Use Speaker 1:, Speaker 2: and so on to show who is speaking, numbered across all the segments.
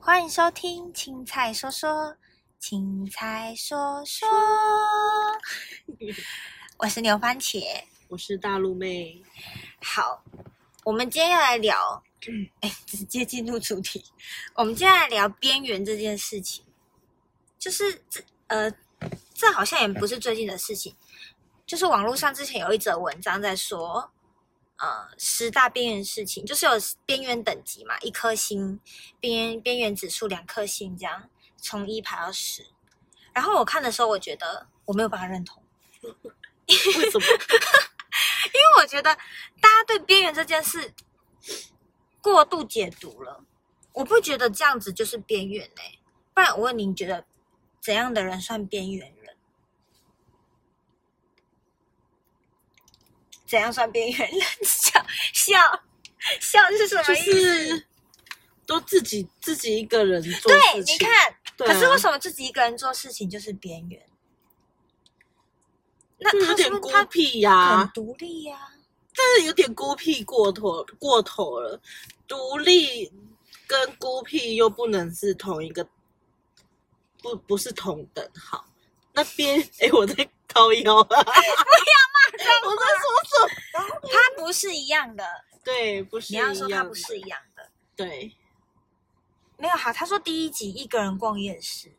Speaker 1: 欢迎收听《青菜说说》，青菜说说，我是牛番茄。
Speaker 2: 我是大陆妹，
Speaker 1: 好，我们今天要来聊， 哎、直接进入主题。我们今天来聊边缘这件事情，就是这呃，这好像也不是最近的事情，就是网络上之前有一则文章在说，呃，十大边缘事情，就是有边缘等级嘛，一颗星，边缘边缘指数两颗星这样，从一排到十。然后我看的时候，我觉得我没有办法认同。
Speaker 2: 为什么？
Speaker 1: 因为我觉得大家对边缘这件事过度解读了，我不觉得这样子就是边缘嘞、不然我问你，你觉得怎样的人算边缘人？怎样算边缘人？ 笑笑笑是什么
Speaker 2: 就
Speaker 1: 意思？
Speaker 2: 是都自己自己一个人做
Speaker 1: 对，
Speaker 2: 事
Speaker 1: 你
Speaker 2: 情。
Speaker 1: 看，
Speaker 2: 对啊
Speaker 1: 可是为什么自己一个人做事情就是边缘？那
Speaker 2: 就有
Speaker 1: 他是嗯
Speaker 2: 点
Speaker 1: 不
Speaker 2: 孤
Speaker 1: 是
Speaker 2: 僻啊呀、
Speaker 1: 他很独立啊呀、
Speaker 2: 但是有点孤僻过头过头了。独立跟孤僻又不能是同一个，不不是同等号。那边哎，我在掏 腰啊！不要骂我在说什么？
Speaker 1: 他不是一样的。
Speaker 2: 对，不是
Speaker 1: 你
Speaker 2: 一
Speaker 1: 要
Speaker 2: 样
Speaker 1: 说他不是一样的，
Speaker 2: 对，
Speaker 1: 没有好。他说第一集一个人逛夜市，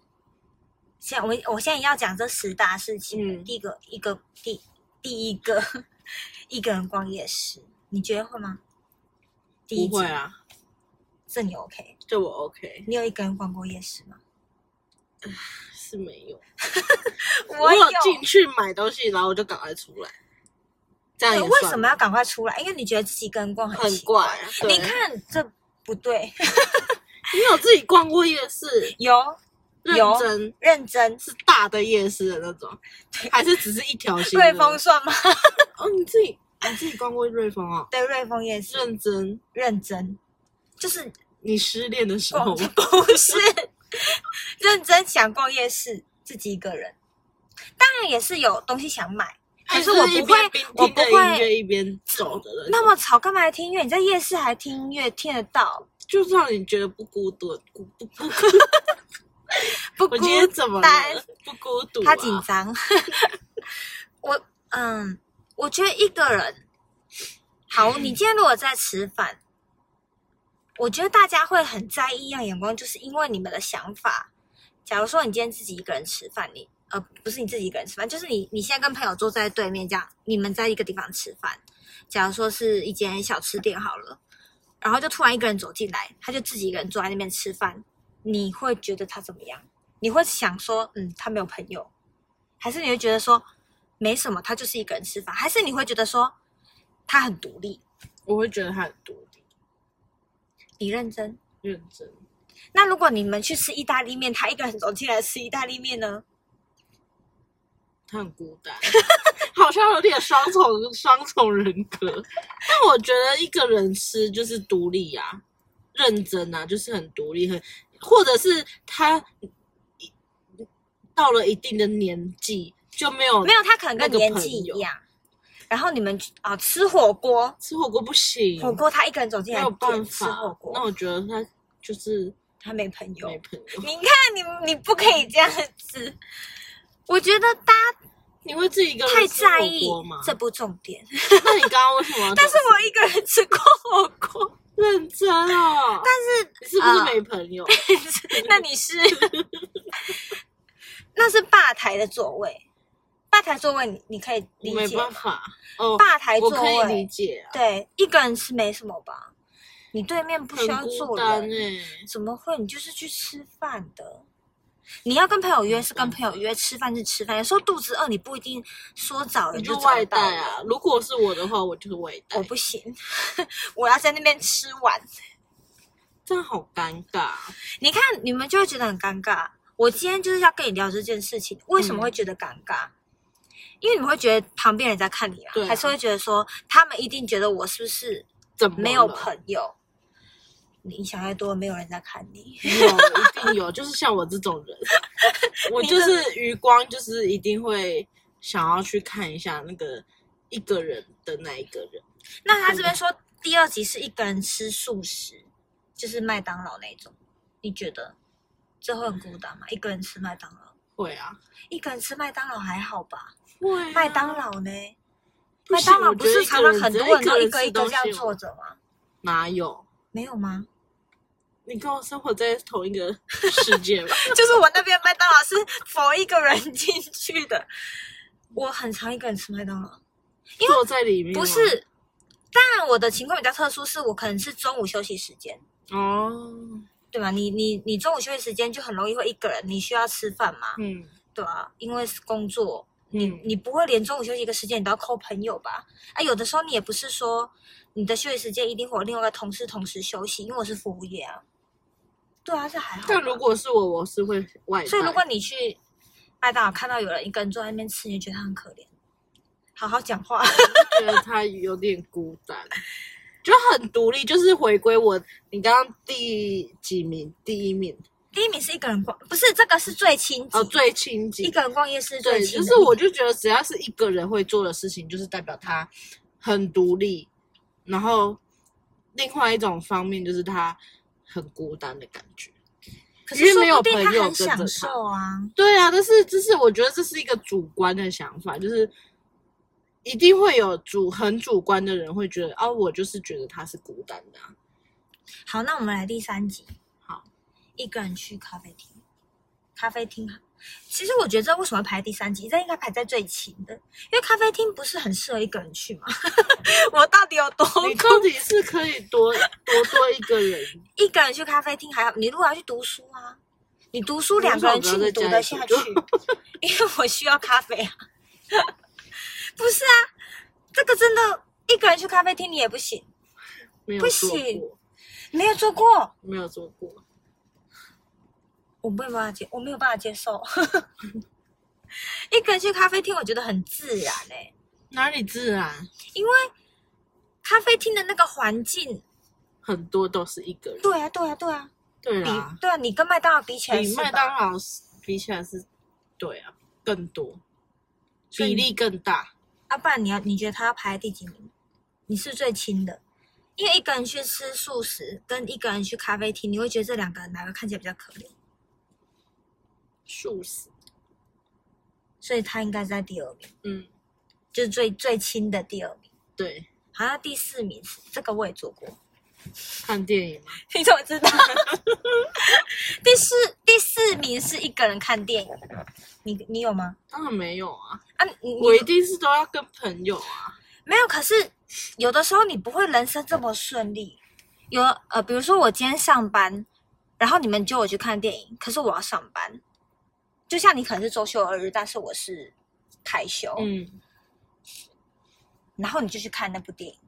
Speaker 1: 现在我我现在要讲这十大事情，
Speaker 2: 嗯
Speaker 1: 第一个一个第第一个 一个人逛夜市，你觉得会吗？第一
Speaker 2: 不
Speaker 1: 集
Speaker 2: 会，啊，
Speaker 1: 这你 OK？
Speaker 2: 这我 OK
Speaker 1: 你有一个人逛过夜市吗？
Speaker 2: 是没有。
Speaker 1: 我
Speaker 2: 有进去买东西，然后我就赶快出来，这样也
Speaker 1: 对为什
Speaker 2: 算
Speaker 1: 么要赶快出来？因为你觉得自己一个人逛
Speaker 2: 很
Speaker 1: 奇
Speaker 2: 怪啊
Speaker 1: 怪。？
Speaker 2: 对
Speaker 1: 你，看这不对，
Speaker 2: 你有自己逛过夜市，
Speaker 1: 有
Speaker 2: 认
Speaker 1: 有
Speaker 2: 真
Speaker 1: 认真
Speaker 2: 是大的夜市的那种，还是只是一条心的？
Speaker 1: 瑞丰算吗？
Speaker 2: 哦，你自己你自己逛过瑞丰哦，
Speaker 1: 对，瑞丰夜市
Speaker 2: 认真。
Speaker 1: 认真，就是
Speaker 2: 你失恋的时
Speaker 1: 逛
Speaker 2: 候
Speaker 1: 街哦不是认真想逛夜市，自己一个人，当然也是有东西想买，可是我
Speaker 2: 就是一
Speaker 1: 不会
Speaker 2: 边听，
Speaker 1: 我不
Speaker 2: 着音
Speaker 1: 会
Speaker 2: 乐一边走的人，
Speaker 1: 那么吵，干嘛来听音乐？你在夜市还听音乐，听得到？
Speaker 2: 就让你觉得不孤独，不不不，
Speaker 1: 不
Speaker 2: 我
Speaker 1: 孤
Speaker 2: 今天怎么了
Speaker 1: 单？
Speaker 2: 不孤独啊？
Speaker 1: 他紧张。 我嗯，我觉得一个人好，你今天如果在吃饭，我觉得大家会很在意异样眼光，就是因为你们的想法。假如说你今天自己一个人吃饭，你呃不是你自己一个人吃饭，就是你你现在跟朋友坐在对面这样，你们在一个地方吃饭，假如说是一间小吃店好了，然后就突然一个人走进来，他就自己一个人坐在那边吃饭，你会觉得他怎么样？你会想说，嗯，他没有朋友，还是你会觉得说没什么，他就是一个人吃饭，还是你会觉得说他很独立？
Speaker 2: 我会觉得他很独立，
Speaker 1: 你认真？
Speaker 2: 认真。
Speaker 1: 那如果你们去吃意大利面，他一个人走进来吃意大利面呢？
Speaker 2: 他很孤单， 好像有点双重双重人格。但我觉得一个人吃就是独立啊，认真啊，就是很独立，很或者是他到了一定的年纪就没有
Speaker 1: 没有，他可能跟
Speaker 2: 哦那个
Speaker 1: 年纪一
Speaker 2: 朋友
Speaker 1: 样。然后你们去啊、吃火锅，
Speaker 2: 吃火锅不行，
Speaker 1: 火锅他一个人走进
Speaker 2: 没
Speaker 1: 来
Speaker 2: 有办
Speaker 1: 点吃
Speaker 2: 法。
Speaker 1: 火
Speaker 2: 那
Speaker 1: 锅，
Speaker 2: 我觉得他就是
Speaker 1: 他没朋友
Speaker 2: 没。朋友，
Speaker 1: 你看你你不可以这样子，我觉得大家
Speaker 2: 你会自己一个
Speaker 1: 太
Speaker 2: 人吃
Speaker 1: 在
Speaker 2: 火
Speaker 1: 意
Speaker 2: 锅吗？
Speaker 1: 这不重点。
Speaker 2: 那你刚刚为什么要这
Speaker 1: 但
Speaker 2: 样
Speaker 1: 是
Speaker 2: 说？
Speaker 1: 我一个人吃过火锅。
Speaker 2: 认真哦，但是你是不是
Speaker 1: 呃
Speaker 2: 没朋 友？
Speaker 1: 那你是？ 那是吧台的座位，吧台座位你你可以理
Speaker 2: 我没
Speaker 1: 解
Speaker 2: 办
Speaker 1: 吗
Speaker 2: 法哦，
Speaker 1: 吧台座
Speaker 2: 我可以理
Speaker 1: 位，
Speaker 2: 解啊，
Speaker 1: 对，一个人吃没什么吧？你对面不需要
Speaker 2: 很孤
Speaker 1: 坐
Speaker 2: 单
Speaker 1: 人，
Speaker 2: 哎、
Speaker 1: 怎么会？你就是去吃饭的。你要跟朋友约是跟朋友约，吃饭是吃饭。有时候肚子饿，你不一定说找
Speaker 2: 我
Speaker 1: 人
Speaker 2: 就
Speaker 1: 就
Speaker 2: 外
Speaker 1: 找得到
Speaker 2: 带啊。如果是我的话，我就是外带
Speaker 1: 我，不行， 我要在那边吃完。
Speaker 2: 这样好尴尬。啊
Speaker 1: 你看，你们就会觉得很尴尬。我今天就是要跟你聊这件事情，为
Speaker 2: 嗯
Speaker 1: 什么会觉得尴尬？因为你们会觉得旁边人在看你啊，
Speaker 2: 对啊
Speaker 1: 还是会觉得说他们一定觉得我是不是
Speaker 2: 怎么了
Speaker 1: 没有朋友？你想太多，没有人在看你。
Speaker 2: 有一定有，就是像我这种 人，我就是余光，就是一定会想要去看一下那个一个人的那一个人。
Speaker 1: 那他这边说第二集是一个人吃素食，就是麦当劳那种，你觉得这会很孤单吗？一个人吃麦当劳，
Speaker 2: 会啊，
Speaker 1: 一个人吃麦当劳还好吧？
Speaker 2: 会啊
Speaker 1: 麦当劳呢？
Speaker 2: 不
Speaker 1: 麦
Speaker 2: 行
Speaker 1: 当劳不是常常很多
Speaker 2: 我
Speaker 1: 人
Speaker 2: 觉
Speaker 1: 都
Speaker 2: 得
Speaker 1: 一
Speaker 2: 一
Speaker 1: 个一个这
Speaker 2: 人吃东
Speaker 1: 样
Speaker 2: 西
Speaker 1: 坐着吗？
Speaker 2: 哪有？
Speaker 1: 没有吗？
Speaker 2: 你跟我生活在同一个世界 吧？
Speaker 1: 就是我那边麦当劳是否一个人进去的，我很常一个人吃麦当劳，
Speaker 2: 坐在里面吗
Speaker 1: 不是。当然，我的情况比较特殊，是我可能是中午休息时间，
Speaker 2: 哦，
Speaker 1: 对吧？你你你中午休息时间就很容易会一个人，你需要吃饭嘛，
Speaker 2: 嗯
Speaker 1: 对啊，因为是工作，
Speaker 2: 嗯
Speaker 1: 你不会连中午休息一个时间你都要扣朋友吧？啊，有的时候你也不是说你的休息时间一定会有另外一个同事同时休息，因为我是服务业啊。对啊，是还好吧。
Speaker 2: 但如果是我，我是会外带。
Speaker 1: 所以如果你去麦当劳看到有人一个人坐在那边吃，你就觉得他很可怜。好好讲话，
Speaker 2: 觉得他有点孤单，就很独立，就是回归我你刚刚第几名？第一名
Speaker 1: 第一名是一个人逛，不是这个是最亲近
Speaker 2: 哦，最亲
Speaker 1: 一
Speaker 2: 近。
Speaker 1: 个人逛夜市
Speaker 2: 对，
Speaker 1: 最亲
Speaker 2: 就
Speaker 1: 近。
Speaker 2: 是我就觉得只要是一个人会做的事情，就是代表他很独立，然后另外一种方面就是他很孤单的感觉。
Speaker 1: 可
Speaker 2: 因
Speaker 1: 是
Speaker 2: 为
Speaker 1: 说
Speaker 2: 没有
Speaker 1: 不定他
Speaker 2: 朋友
Speaker 1: 很
Speaker 2: 跟着
Speaker 1: 享
Speaker 2: 他
Speaker 1: 受啊。
Speaker 2: 对啊，但是就是我觉得这是一个主观的想法，就是一定会有主很主观的人会觉得，哦，我就是觉得他是孤单的啊、
Speaker 1: 好，那我们来第三集。
Speaker 2: 好，
Speaker 1: 一个人去咖啡厅，咖啡厅。其实我觉得这为什么排第三集，这应该排在最前的，因为咖啡厅不是很适合一个人去嘛。 我到底有多
Speaker 2: 你到底是可以多多多一个人，
Speaker 1: 一个人去咖啡厅还好，你如果要去读书啊，你读书两个人去，你
Speaker 2: 为什么不
Speaker 1: 读
Speaker 2: 要
Speaker 1: 得
Speaker 2: 在
Speaker 1: 下
Speaker 2: 家
Speaker 1: 去
Speaker 2: 里？
Speaker 1: 因为我需要咖啡啊。 不是啊，这个真的一个人去咖啡厅你也不行，
Speaker 2: 没
Speaker 1: 不
Speaker 2: 有做
Speaker 1: 行
Speaker 2: 过，
Speaker 1: 没有做过，
Speaker 2: 没有做过，
Speaker 1: 我没有办法接，我没有办法接受。 一个人去咖啡厅，我觉得很自然哎、
Speaker 2: 哪里自然？
Speaker 1: 因为咖啡厅的那个环境，
Speaker 2: 很多都是一个人。
Speaker 1: 对啊，对啊，对啊，
Speaker 2: 对
Speaker 1: 比
Speaker 2: 啦，
Speaker 1: 对啊，你跟麦当劳比起来
Speaker 2: 比
Speaker 1: 是吧
Speaker 2: 麦当劳是比起来是，对啊，更多，
Speaker 1: 所以
Speaker 2: 比例更大。
Speaker 1: 啊，不然你要你觉得他要排第几名？你是最亲的，因为一个人去吃素食跟一个人去咖啡厅，你会觉得这两个哪个看起来比较可怜，
Speaker 2: 素食，
Speaker 1: 所以他应该是在第二名，
Speaker 2: 嗯，
Speaker 1: 就是最最亲的第二名。
Speaker 2: 对，
Speaker 1: 好像第四名是这个我也做过，
Speaker 2: 看电影嘛，
Speaker 1: 你怎么知道？ 第四第四名是一个人看电影，你你有吗？
Speaker 2: 当然没有啊，
Speaker 1: 啊，你
Speaker 2: 我
Speaker 1: 你
Speaker 2: 一定是都要跟朋友啊。
Speaker 1: 没有，可是有的时候你不会人生这么顺利。有呃，比如说我今天上班，然后你们叫我去看电影，可是我要上班。就像你可能是周休二日，但是我是开休，
Speaker 2: 嗯，
Speaker 1: 然后你就去看那部电影，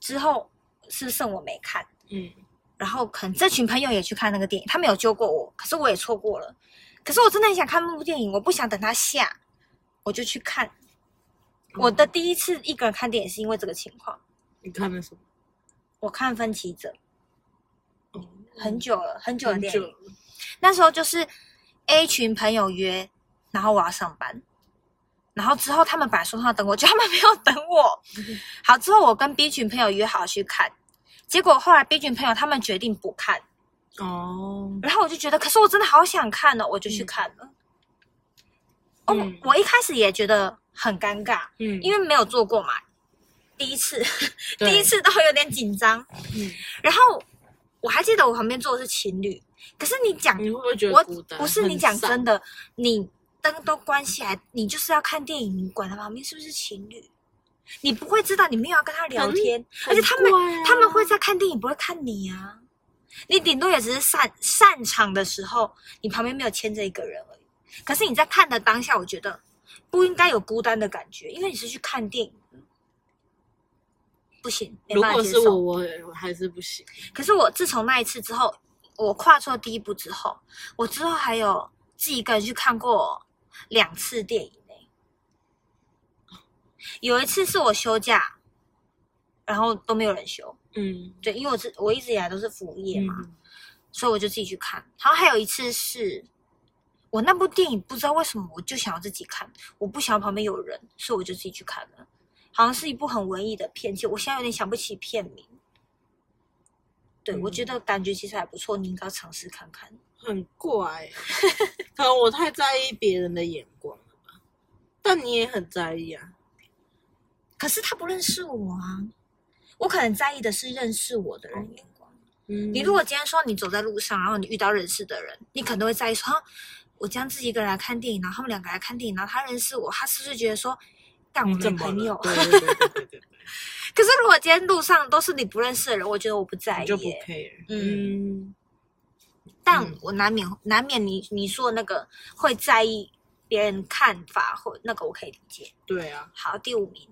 Speaker 1: 之后是剩我没看，
Speaker 2: 嗯，
Speaker 1: 然后可能这群朋友也去看那个电影，他们有揪过我，可是我也错过了。可是我真的很想看那部电影，我不想等它下，我就去看。我的第一次一个人看电影是因为这个情况，
Speaker 2: 你看了什么？
Speaker 1: 我看《分歧者》。
Speaker 2: 哦，
Speaker 1: 很久了，很久的
Speaker 2: 很
Speaker 1: 电
Speaker 2: 久
Speaker 1: 影。
Speaker 2: 了，
Speaker 1: 那时候就是 A 群朋友约，然后我要上班，然后之后他们本来说要等我，就他们没有等我。
Speaker 2: 嗯
Speaker 1: 好，之后我跟 B 群朋友约好去看，结果后来 B 群朋友他们决定不看，
Speaker 2: 哦，
Speaker 1: 然后我就觉得，可是我真的好想看哦，我就去看了。哦，
Speaker 2: 嗯
Speaker 1: 我一开始也觉得很尴尬，
Speaker 2: 嗯，
Speaker 1: 因为没有做过嘛，第一次，
Speaker 2: 对
Speaker 1: 第一，次都有点紧张。
Speaker 2: 嗯，
Speaker 1: 然后我还记得我旁边坐的是情侣，可是你讲
Speaker 2: 你会不会觉
Speaker 1: 我
Speaker 2: 得孤单？
Speaker 1: 不是你讲真
Speaker 2: 的，
Speaker 1: 的，你灯都关起来，你就是要看电影，你管他旁边是不是情侣，你不会知道你没有要跟他聊
Speaker 2: 很
Speaker 1: 天，而且他们、
Speaker 2: 很怪啊
Speaker 1: 他们会在看电影，不会看你啊。你顶多也只是散散场的时候，你旁边没有牵着一个人而已。可是你在看的当下，我觉得不应该有孤单的感觉，因为你是去看电影的。不行，没
Speaker 2: 如
Speaker 1: 办法
Speaker 2: 果
Speaker 1: 接
Speaker 2: 是
Speaker 1: 受
Speaker 2: 我，我我还是不行。
Speaker 1: 可是我自从那一次之后，我跨出了第一步之后，我之后还有自己一个人去看过两次电影呢、有一次是我休假，然后都没有人休，
Speaker 2: 嗯，
Speaker 1: 对，因为我是我一直以来都是服务业嘛，
Speaker 2: 嗯
Speaker 1: 所以我就自己去看。然后还有一次是我那部电影不知道为什么我就想要自己看，我不想要旁边有人，所以我就自己去看了。好像是一部很文艺的片，其实我现在有点想不起片名。对、我
Speaker 2: 嗯
Speaker 1: 觉得感觉其实还不错，你应该尝试看看。
Speaker 2: 很怪，可能我太在意别人的眼光了吧？但你也很在意啊，
Speaker 1: 可是他不认识我啊，我可能在意的是认识我的人眼光。
Speaker 2: 嗯，
Speaker 1: 你如果今天说你走在路上，然后你遇到认识的人，你可能会在意说，啊我这样自己一个人来看电影，然后他们两个来看电影，然后他认识我，他是不是觉得说，干我
Speaker 2: 你
Speaker 1: 没
Speaker 2: 怎么
Speaker 1: 朋
Speaker 2: 了
Speaker 1: 友？
Speaker 2: 对对对对对对对，
Speaker 1: 可是如果今天路上都是你不认识的人，我觉得我不在
Speaker 2: 你
Speaker 1: 意
Speaker 2: 就不
Speaker 1: 耶、
Speaker 2: care，
Speaker 1: 嗯
Speaker 2: 嗯，
Speaker 1: 但
Speaker 2: 嗯
Speaker 1: 我难免难免你你说那个会在意别人看法或那个我可以理解。
Speaker 2: 对啊，
Speaker 1: 好，第五名，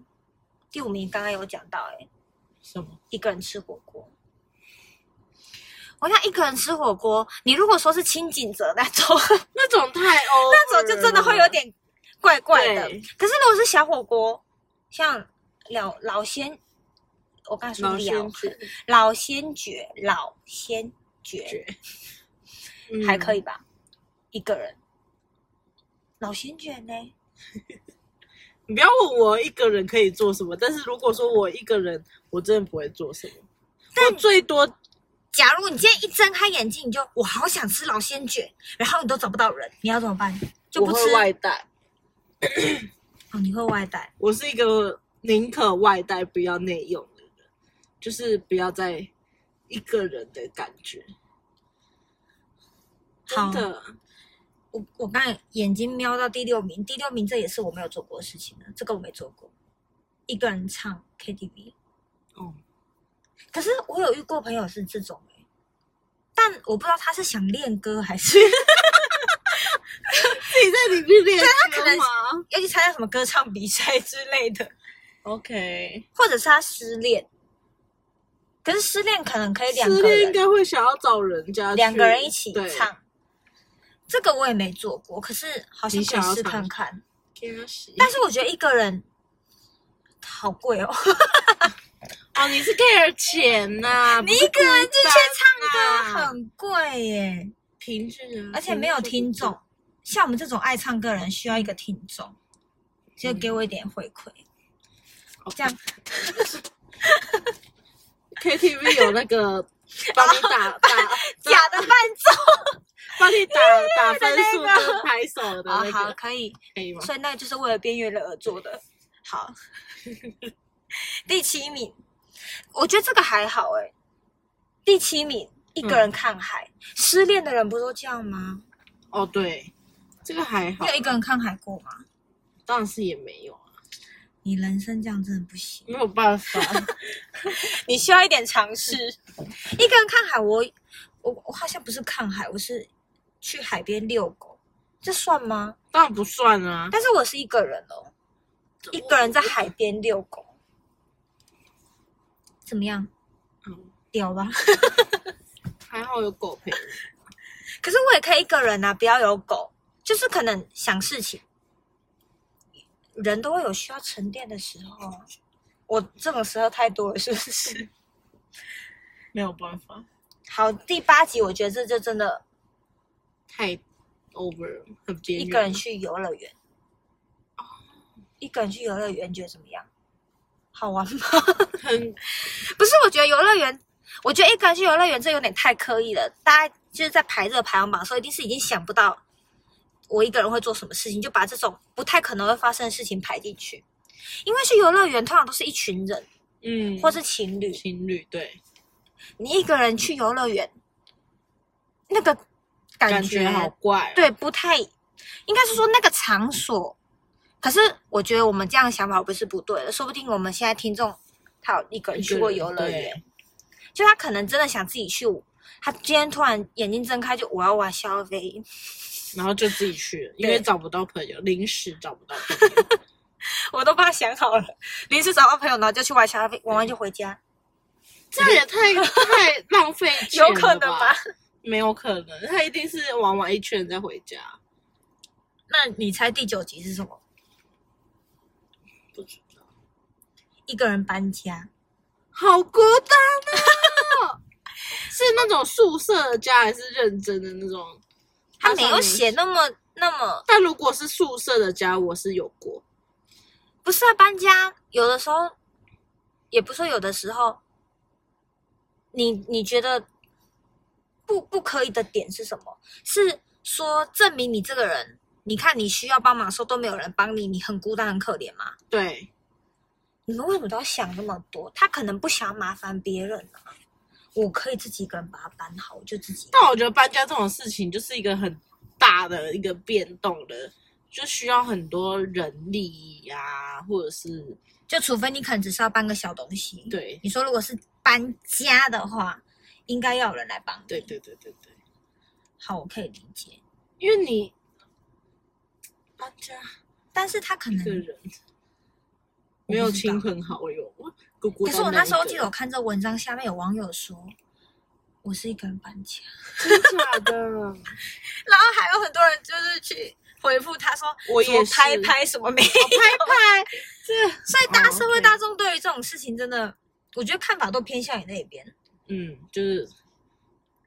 Speaker 1: 第五名刚刚有讲到、欸，
Speaker 2: 什么？
Speaker 1: 一个人吃火锅。我想一个人吃火锅，你如果说是清景泽那 种，
Speaker 2: 那种太 over，
Speaker 1: 那种就真的会有点怪怪的
Speaker 2: 对。
Speaker 1: 可是如果是小火锅，像老老仙，我刚才说
Speaker 2: 老
Speaker 1: 了
Speaker 2: 先觉，
Speaker 1: 老仙爵，老仙爵
Speaker 2: 觉，嗯
Speaker 1: 还可以，吧？一个人，老仙爵呢？
Speaker 2: 你不要问我一个人可以做什么，但是如果说我一个人，我真的不会做什么，我最多
Speaker 1: 假如你今天一睁开眼睛，你就我好想吃老仙卷，然后你都找不到人，你要怎么办？就
Speaker 2: 我
Speaker 1: 不
Speaker 2: 会
Speaker 1: 吃
Speaker 2: 外带，
Speaker 1: 哦，你会外带。
Speaker 2: 我是一个宁可外带不要内用的人，就是不要再一个人的感觉。
Speaker 1: 好
Speaker 2: 真的，
Speaker 1: 我我刚才眼睛瞄到第六名，第六名这也是我没有做过的事情呢，啊这个我没做过，一个人唱 KTV。
Speaker 2: 哦，
Speaker 1: 可是我有遇过朋友是这种、欸、但我不知道他是想练歌还是
Speaker 2: 自己在里面练
Speaker 1: 啊可能
Speaker 2: 歌吗
Speaker 1: 要去参加什么歌唱比赛之类的，
Speaker 2: ？OK，
Speaker 1: 或者是他失恋。可是失恋可能可以两
Speaker 2: 失
Speaker 1: 个
Speaker 2: 恋应
Speaker 1: 人，
Speaker 2: 该会想要找人家去
Speaker 1: 两个人一起
Speaker 2: 对
Speaker 1: 唱，这个我也没做过，可是好像
Speaker 2: 你想
Speaker 1: 可以
Speaker 2: 要
Speaker 1: 试
Speaker 2: 尝
Speaker 1: 看
Speaker 2: 试
Speaker 1: 看。
Speaker 2: 天使
Speaker 1: 但是我觉得一个人好贵哦。
Speaker 2: 哦，你是 care 钱呐、
Speaker 1: 你一个人进去唱
Speaker 2: 不是孤单
Speaker 1: 歌
Speaker 2: 啊
Speaker 1: 很贵耶，
Speaker 2: 平均啊，
Speaker 1: 而且没有听 众。像我们这种爱唱歌的人，需要一个听众，就给我一点回馈。这样
Speaker 2: KTV 有那 个帮你打打
Speaker 1: 哦假的伴奏
Speaker 2: 帮 你打打分数跟拍手的
Speaker 1: 啊，
Speaker 2: 那
Speaker 1: 好，
Speaker 2: 个，
Speaker 1: 可以。
Speaker 2: 可以吗？
Speaker 1: 所以那就是为了边缘人而做的。 好，第七名，我觉得这个还好哎。第七名，一个人看海。失恋的人不都这样吗？
Speaker 2: 哦，对，这个还好
Speaker 1: 你有，一个人看海过吗？
Speaker 2: 当然是也没有啊，
Speaker 1: 你人生这样真的不行。
Speaker 2: 没有办法。
Speaker 1: 你需要一点尝试。一个人看海，我我我好像不是看海，我是去海边遛狗，这算吗？
Speaker 2: 当然不算啊，
Speaker 1: 但是我是一个人哦，一个人在海边遛狗，怎么样？
Speaker 2: 嗯
Speaker 1: 屌吧？
Speaker 2: 还好有狗陪我。
Speaker 1: 可是我也可以一个人啊，不要有狗，就是可能想事情，人都会有需要沉淀的时候啊。我这种时候太多了，是不是？
Speaker 2: 没有办法，
Speaker 1: 好，第八集我觉得这就真的
Speaker 2: 太 over 了，很边
Speaker 1: 一
Speaker 2: 缘
Speaker 1: 个人去游乐园，哦一个人去游乐园觉得怎么样？好玩吗？
Speaker 2: 很
Speaker 1: 不是，我觉得游乐园，我觉得一个人去游乐园这有点太刻意了。大家就是在排这个排行榜的时候，一定是已经想不到我一个人会做什么事情，就把这种不太可能会发生的事情排进去。因为去游乐园通常都是一群人
Speaker 2: 嗯，
Speaker 1: 或是情侣，
Speaker 2: 情侣对，
Speaker 1: 你一个人去游乐园，那个
Speaker 2: 感
Speaker 1: 感
Speaker 2: 觉
Speaker 1: 觉
Speaker 2: 好怪哦。
Speaker 1: 对，不太，应该是说那个场所。可是我觉得我们这样的想法不是不对的，说不定我们现在听众他有一个人
Speaker 2: 一
Speaker 1: 去
Speaker 2: 个
Speaker 1: 过
Speaker 2: 人
Speaker 1: 游乐
Speaker 2: 对
Speaker 1: 园，就他可能真的想自己去，他今天突然眼睛睁开就我要玩消费，
Speaker 2: 然后就自己去了，因
Speaker 1: 对
Speaker 2: 为找不到朋友，临时找不到朋友。
Speaker 1: 我都帮他想好了，临时找到朋友，然后就去玩消费，玩完就回家，
Speaker 2: 这样也 太太浪费钱
Speaker 1: 有可
Speaker 2: 了
Speaker 1: 能吧？
Speaker 2: 没有可能，他一定是玩完一圈再回家。
Speaker 1: 那你猜第九集是什么？
Speaker 2: 不知道，
Speaker 1: 一个人搬家，
Speaker 2: 好孤单啊！是那种宿舍的家，还是认真的那种？
Speaker 1: 他没有
Speaker 2: 写。
Speaker 1: 写那么那么
Speaker 2: 但如果是宿舍的家，我是有过。
Speaker 1: 不是啊，搬家有的时候，也不是说有的时候，你你觉得不不可以的点是什么？是说证明你这个人，你看你需要帮忙的时候都没有人帮你，你很孤单很可怜吗？
Speaker 2: 对，
Speaker 1: 你们为什么都要想那么多？他可能不想麻烦别人啊。我可以自己一个人把它搬好，我就自己。
Speaker 2: 但我觉得搬家这种事情就是一个很大的一个变动的，就需要很多人力呀、或者是
Speaker 1: 就除非你可能只是要搬个小东西。，
Speaker 2: 对
Speaker 1: 你说如果是搬家的话，应该要有人来帮你。
Speaker 2: 对，对对对对，
Speaker 1: 好，我可以理解。
Speaker 2: 因为你搬家
Speaker 1: 哦但是他可
Speaker 2: 一个
Speaker 1: 能，
Speaker 2: 人没
Speaker 1: 嗯
Speaker 2: 有
Speaker 1: 我不知道
Speaker 2: 亲朋好友，姑姑
Speaker 1: 可是我那时候记得
Speaker 2: 有
Speaker 1: 我看这文章，下面有网友说，我是一个人搬家，
Speaker 2: 真假 的，
Speaker 1: 然后还有很多人就是去回复他说，
Speaker 2: 我
Speaker 1: 什
Speaker 2: 也
Speaker 1: 么
Speaker 2: 是
Speaker 1: 拍拍什么没有
Speaker 2: 拍拍这
Speaker 1: 所以大
Speaker 2: 哦
Speaker 1: 社会
Speaker 2: ，OK
Speaker 1: 大众对于这种事情真的，我觉得看法都偏向于那边。
Speaker 2: 嗯就是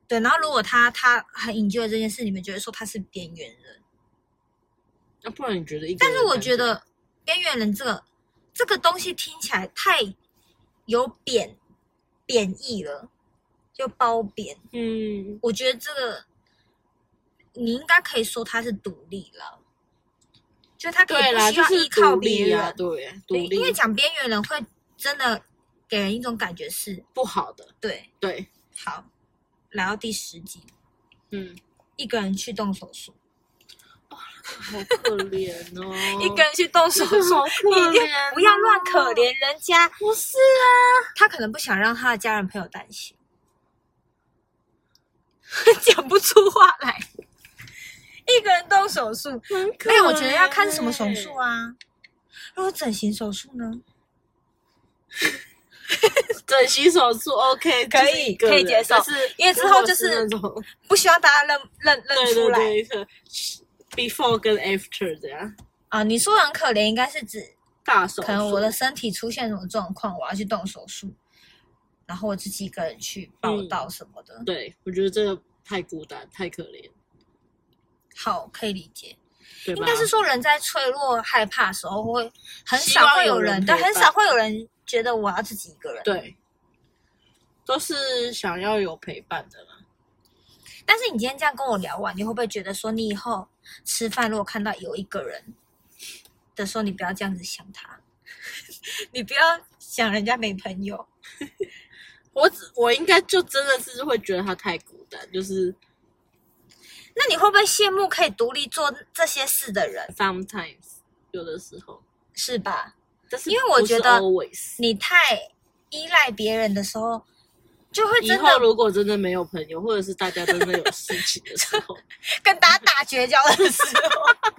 Speaker 1: 对，然后如果他他很 enjoy 这件事，你们觉得说他是边缘人，
Speaker 2: 那、不然你觉得一个
Speaker 1: 但
Speaker 2: 人
Speaker 1: 是我
Speaker 2: 搬
Speaker 1: 觉
Speaker 2: 家
Speaker 1: 得边缘人这个这个东西听起来太有贬贬义了，就褒贬。
Speaker 2: 嗯
Speaker 1: 我觉得这个你应该可以说他是独立了，就他可以
Speaker 2: 对
Speaker 1: 不
Speaker 2: 啦，
Speaker 1: 需
Speaker 2: 就
Speaker 1: 要
Speaker 2: 是
Speaker 1: 依靠
Speaker 2: 独
Speaker 1: 别
Speaker 2: 立
Speaker 1: 人。
Speaker 2: 啊，对，独
Speaker 1: 对
Speaker 2: 立
Speaker 1: 因为讲边缘人会真的给人一种感觉是
Speaker 2: 不好的，
Speaker 1: 对。
Speaker 2: 对，
Speaker 1: 好，来到第十集，
Speaker 2: 嗯，
Speaker 1: 一个人去动手术，，
Speaker 2: 好可怜哦
Speaker 1: 一个人去动手术，
Speaker 2: 好
Speaker 1: 你
Speaker 2: 可
Speaker 1: 一定
Speaker 2: 怜，哦
Speaker 1: 不要乱可，怜人家。
Speaker 2: 不是啊，
Speaker 1: 他可能不想让他的家人朋友担心， 讲不出话来。一个人动手术，
Speaker 2: 很可
Speaker 1: 哎
Speaker 2: 怜、，
Speaker 1: 我觉得要看什么手术，啊？如果整形手术呢？
Speaker 2: 整形手术 OK，
Speaker 1: 可
Speaker 2: 就是
Speaker 1: 以
Speaker 2: 一个
Speaker 1: 可以
Speaker 2: 人
Speaker 1: 接受
Speaker 2: 但是
Speaker 1: 因为之
Speaker 2: 如
Speaker 1: 后
Speaker 2: 果
Speaker 1: 就是
Speaker 2: 那种，
Speaker 1: 不希望大家认认认
Speaker 2: 对
Speaker 1: 出
Speaker 2: 对
Speaker 1: 来
Speaker 2: 对，可 before 跟 after 这样，
Speaker 1: 啊。你说很可怜，应该是指
Speaker 2: 大手术，
Speaker 1: 可能我的身体出现什么状况，我要去动手术，然后我自己一个人去报
Speaker 2: 嗯
Speaker 1: 道什么的。
Speaker 2: 对，我觉得这个太孤单，太可怜，
Speaker 1: 好，可以理解。
Speaker 2: 对吧？
Speaker 1: 应该是说人在脆弱、害怕的时候，会很
Speaker 2: 希
Speaker 1: 少
Speaker 2: 望
Speaker 1: 会
Speaker 2: 有
Speaker 1: 有
Speaker 2: 人
Speaker 1: 人，
Speaker 2: 陪
Speaker 1: 对，很
Speaker 2: 伴
Speaker 1: 少会有人觉得我要自己一个人。
Speaker 2: 对，都是想要有陪伴的啦。
Speaker 1: 但是你今天这样跟我聊完，你会不会觉得说，你以后吃饭如果看到有一个人的时候，你不要这样子想他， 你不要想人家没朋友。
Speaker 2: 我只我应该就真的是会觉得他太孤单，就是
Speaker 1: 那你会不会羡慕可以独立做这些事的人，
Speaker 2: sometimes 有的时候，
Speaker 1: 是吧？
Speaker 2: 但是
Speaker 1: 因为我
Speaker 2: 不是
Speaker 1: 觉得
Speaker 2: always
Speaker 1: 你太依赖别人的时候，就会
Speaker 2: 以
Speaker 1: 真
Speaker 2: 后
Speaker 1: 的
Speaker 2: 如果真的没有朋友，或者是大家真的有事情的时 候，
Speaker 1: 跟大家打绝交的时候，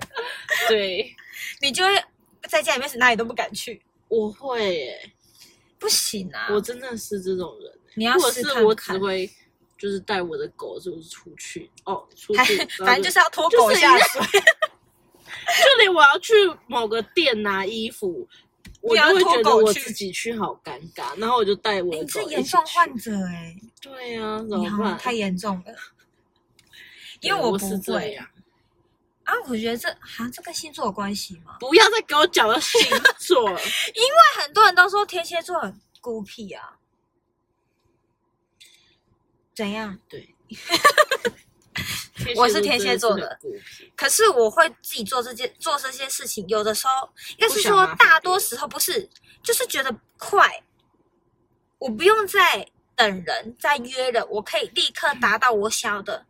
Speaker 2: 对，
Speaker 1: 你就会在家里面是哪里都不敢 去。
Speaker 2: 我会耶、
Speaker 1: 不行啊！
Speaker 2: 我真的是这种人、
Speaker 1: 你要
Speaker 2: 或
Speaker 1: 试
Speaker 2: 者是我
Speaker 1: 看
Speaker 2: 只
Speaker 1: 看，
Speaker 2: 会就是带我的狗就是出去哦，出
Speaker 1: 还
Speaker 2: 去，
Speaker 1: 反正就是要拖狗下水，
Speaker 2: 就连我要去某个店拿衣服，我
Speaker 1: 你
Speaker 2: 就
Speaker 1: 要
Speaker 2: 会
Speaker 1: 拖
Speaker 2: 觉得
Speaker 1: 狗
Speaker 2: 我
Speaker 1: 去哎
Speaker 2: 自己去好尴尬，然后我就带我的
Speaker 1: 你
Speaker 2: 狗
Speaker 1: 是
Speaker 2: 一
Speaker 1: 严
Speaker 2: 起
Speaker 1: 重
Speaker 2: 去
Speaker 1: 患者哎、
Speaker 2: 对呀、怎
Speaker 1: 你
Speaker 2: 么
Speaker 1: 好像
Speaker 2: 办？
Speaker 1: 太严重了。因为
Speaker 2: 对我
Speaker 1: 不
Speaker 2: 是这
Speaker 1: 会
Speaker 2: 样，
Speaker 1: 啊，我觉得这好像这跟星座有关系吗？
Speaker 2: 不要再给我讲了星座了，
Speaker 1: 但很多人都说天蝎座很孤僻啊，怎样？
Speaker 2: 对。
Speaker 1: 我是天蝎座
Speaker 2: 真
Speaker 1: 的
Speaker 2: 是很孤僻，
Speaker 1: 可是我会自己做这件做这些事情，有的时候应该是
Speaker 2: 不想
Speaker 1: 说
Speaker 2: 麻烦
Speaker 1: 大多时候不是，就是觉得快，我不用再等人再约了，我可以立刻达到我想要的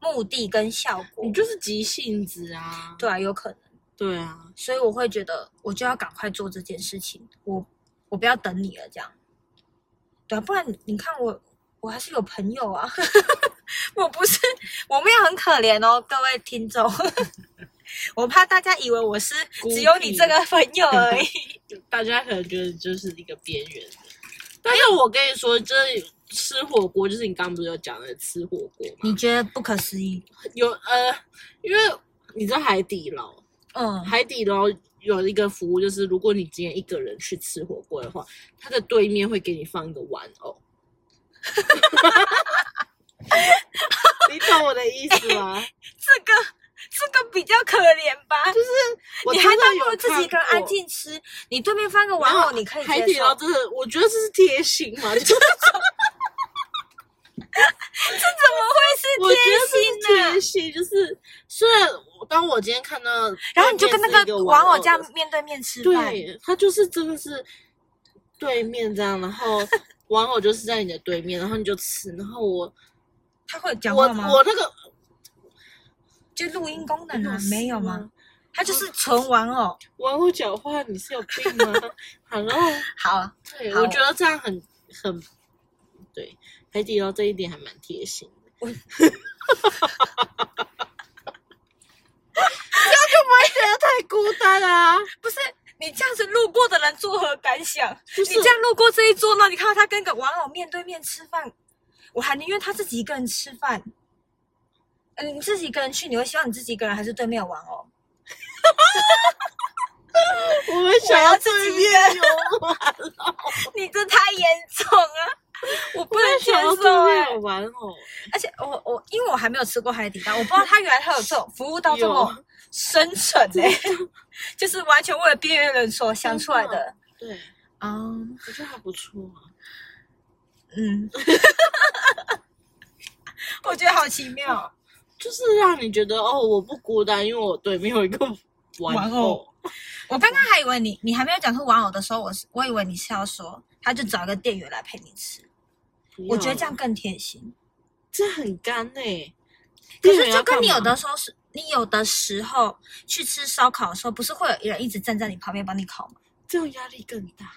Speaker 1: 目的跟效果
Speaker 2: 你。就是急性子啊。
Speaker 1: 对啊，有可能，
Speaker 2: 对啊，
Speaker 1: 所以我会觉得我就要赶快做这件事情，我我不要等你了，这样。对啊，不然你你看我我还是有朋友啊， 我不是我没有很可怜哦，各位听众， 我怕大家以为我是
Speaker 2: 孤僻
Speaker 1: 只有你这个朋友而 已。
Speaker 2: 大家可能觉得就是一个边缘人，但是我跟你说，这吃火锅就是你刚刚不是有讲的吃火锅吗？
Speaker 1: 你觉得不可思议？
Speaker 2: 有呃，因为你知道海底捞，
Speaker 1: 嗯，
Speaker 2: 海底捞有一个服务，就是如果你今天一个人去吃火锅的话，它的对面会给你放一个玩 偶。你懂我的意思吗？
Speaker 1: 这个这个比较可怜吧，就是
Speaker 2: 我
Speaker 1: 你
Speaker 2: 真
Speaker 1: 还
Speaker 2: 的
Speaker 1: 不
Speaker 2: 有
Speaker 1: 如自己一个人
Speaker 2: 看
Speaker 1: 安
Speaker 2: 过
Speaker 1: 静吃，你对面放个玩
Speaker 2: 然后
Speaker 1: 偶，你可以
Speaker 2: 海
Speaker 1: 接
Speaker 2: 底捞
Speaker 1: 受。
Speaker 2: 真的，我觉得这是贴心嘛，就是我
Speaker 1: 么
Speaker 2: 觉
Speaker 1: 会
Speaker 2: 得
Speaker 1: 是
Speaker 2: 是
Speaker 1: 贴心呢、
Speaker 2: 贴心，就是虽然我当我今天看到，
Speaker 1: 然后你就跟那
Speaker 2: 个
Speaker 1: 个玩偶
Speaker 2: 的
Speaker 1: 这样面对面吃饭，
Speaker 2: 对他就是真的是对面这样，然后玩偶就是在你的对面，然后你就吃，然后我
Speaker 1: 他会讲
Speaker 2: 我
Speaker 1: 话吗？
Speaker 2: 我那个
Speaker 1: 就录音功能啊
Speaker 2: 有，事
Speaker 1: 没有吗？？他就是纯玩偶。
Speaker 2: 玩偶讲话，你是有病吗 ？Hello，
Speaker 1: 好，
Speaker 2: 对，
Speaker 1: 好
Speaker 2: 我觉得这样很很对，海底捞这一点还蛮贴心的。
Speaker 1: 我
Speaker 2: 这样就不会觉得太孤单啊！
Speaker 1: 不是你这样子路过的人作何感想？
Speaker 2: 就是
Speaker 1: 你这样路过这一桌呢，你看到他跟个玩偶面对面吃饭，我还宁愿他自己一个人吃饭。呃你自己一个人去，你会希望你自己一个人还是对面有玩偶？
Speaker 2: 我们想
Speaker 1: 我要自
Speaker 2: 对
Speaker 1: 己
Speaker 2: 面哦
Speaker 1: 约
Speaker 2: 有，
Speaker 1: 你这太严重了，我不能接
Speaker 2: 想要
Speaker 1: 受
Speaker 2: 对
Speaker 1: 哎、
Speaker 2: 面有玩偶。
Speaker 1: 而且我我因为我还没有吃过海底捞，我不知道他原来他有这种服务到这么
Speaker 2: 有
Speaker 1: 深沉哎、 就是完全为了边缘人所想出来的。
Speaker 2: 对，
Speaker 1: 哦，
Speaker 2: 我觉得还不错啊。
Speaker 1: 嗯，我觉得好奇妙。哦
Speaker 2: 就是让你觉得哦，我不孤单，因为我对面有一个玩
Speaker 1: 玩偶。我刚刚还以为你你还没有讲出玩偶的时候，我是我以为你是要说他就找一个店员来陪你吃，
Speaker 2: 不
Speaker 1: 我觉得
Speaker 2: 要
Speaker 1: 这样更贴心。
Speaker 2: 这很干哎、
Speaker 1: 可
Speaker 2: 店
Speaker 1: 是
Speaker 2: 员
Speaker 1: 就
Speaker 2: 要
Speaker 1: 跟你有
Speaker 2: 干嘛
Speaker 1: 的时候是，你有的时候去吃烧烤的时候，不是会有人一直站在你旁边帮你烤吗？
Speaker 2: 这样压力更大，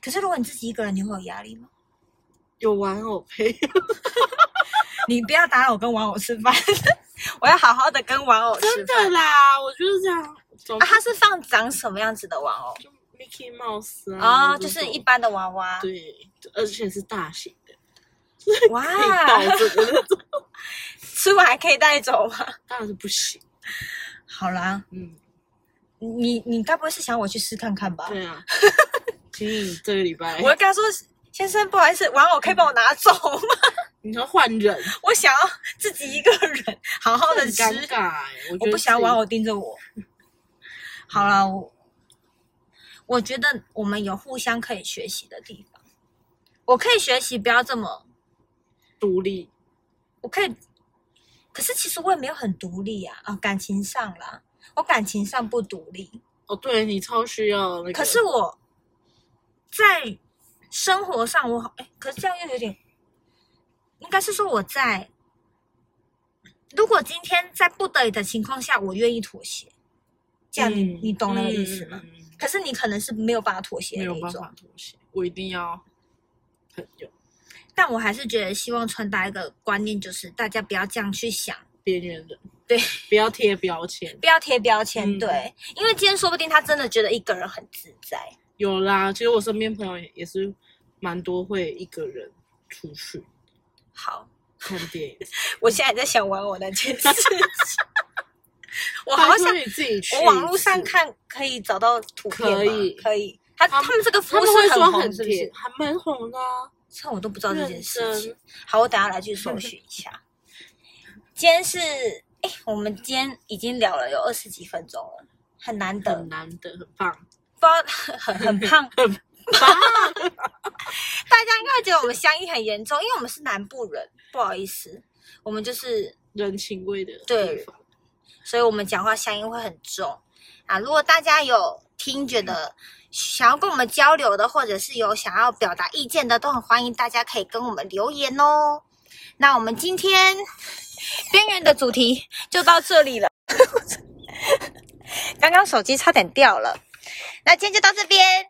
Speaker 1: 可是如果你自己一个人，你会有压力吗？
Speaker 2: 有玩偶陪。
Speaker 1: 你不要打扰我跟玩偶吃饭， 我要好好的跟玩偶
Speaker 2: 真
Speaker 1: 吃
Speaker 2: 的
Speaker 1: 饭。
Speaker 2: 啦，我就是这样。总
Speaker 1: 啊，它是放长什么样子的玩偶？
Speaker 2: 就 Mickey Mouse 啊，
Speaker 1: 哦，就是
Speaker 2: 这种
Speaker 1: 一般的娃娃。
Speaker 2: 对，而且是大型的，
Speaker 1: 哇，
Speaker 2: 可以抱着的那种，
Speaker 1: 吃完还可以带走吗？
Speaker 2: 当然是不行。
Speaker 1: 好啦，
Speaker 2: 嗯，
Speaker 1: 你你该不会是想我去试看看吧？
Speaker 2: 对啊，请你这个礼拜
Speaker 1: 我，会跟他说，先生，不好意思，玩偶可以帮我拿走吗？
Speaker 2: 你要换人，
Speaker 1: 我想要自己一个人好好的
Speaker 2: 很
Speaker 1: 吃，
Speaker 2: 尴尬欸。我觉
Speaker 1: 我
Speaker 2: 得
Speaker 1: 不想要
Speaker 2: 自己
Speaker 1: 玩偶盯着我。
Speaker 2: 嗯
Speaker 1: 好啦，我我觉得我们有互相可以学习的地方。我可以学习，不要这么，
Speaker 2: 独立，
Speaker 1: 我可以，可是其实我也没有很独立啊，啊，感情上啦，我感情上不独立。
Speaker 2: 哦，对你超需要那个。
Speaker 1: 可是我在生活上我，好，哎，可是这样又有点，应该是说我在，如果今天在不得已的情况下，我愿意妥协，这样你、
Speaker 2: 嗯
Speaker 1: 你懂那个意思吗？？
Speaker 2: 嗯嗯嗯
Speaker 1: 可是你可能是没有办法妥协
Speaker 2: 没
Speaker 1: 的
Speaker 2: 有
Speaker 1: 那
Speaker 2: 办
Speaker 1: 种，
Speaker 2: 法妥协，我一定要朋友
Speaker 1: 但我还是觉得希望传达一个观念，就是大家不要这样去想，
Speaker 2: 边缘人，
Speaker 1: 对，
Speaker 2: 不要贴标签。
Speaker 1: 不要贴标签，
Speaker 2: 嗯
Speaker 1: 对，因为今天说不定他真的觉得一个人很自在，
Speaker 2: 有啦，其实我身边朋友也也是蛮多会一个人出去
Speaker 1: 好。
Speaker 2: 看电影，
Speaker 1: 我现在在想玩我那 件事情， 我
Speaker 2: 我
Speaker 1: 好想
Speaker 2: 你自己去一次。
Speaker 1: 我网络上看可以找到图片吗
Speaker 2: 可以
Speaker 1: 可以。他
Speaker 2: 他
Speaker 1: 他
Speaker 2: 们
Speaker 1: 们这个服
Speaker 2: 他
Speaker 1: 务
Speaker 2: 们会
Speaker 1: 是
Speaker 2: 说
Speaker 1: 很红，
Speaker 2: 很
Speaker 1: 是不
Speaker 2: 甜，
Speaker 1: 是？
Speaker 2: 还蛮红的啊、
Speaker 1: 这我都不知道这件事情
Speaker 2: 认。
Speaker 1: 好，我等下来去搜寻一下。 今天是哎、我们今天已经聊了有二十几分钟了，很难得，
Speaker 2: 很难得，很棒。
Speaker 1: 不知道很很胖， 大家应该会觉得我们乡音很严重，因为我们是南部人，不好意思，我们就是
Speaker 2: 人情味的
Speaker 1: 对
Speaker 2: 地方，
Speaker 1: 所以我们讲话乡音会很重啊。如果大家有听觉得想要跟我们交流的，或者是有想要表达意见的，都很欢迎大家可以跟我们留言哦。那我们今天边缘的主题就到这里了， 刚刚手机差点掉了，那今天就到这边，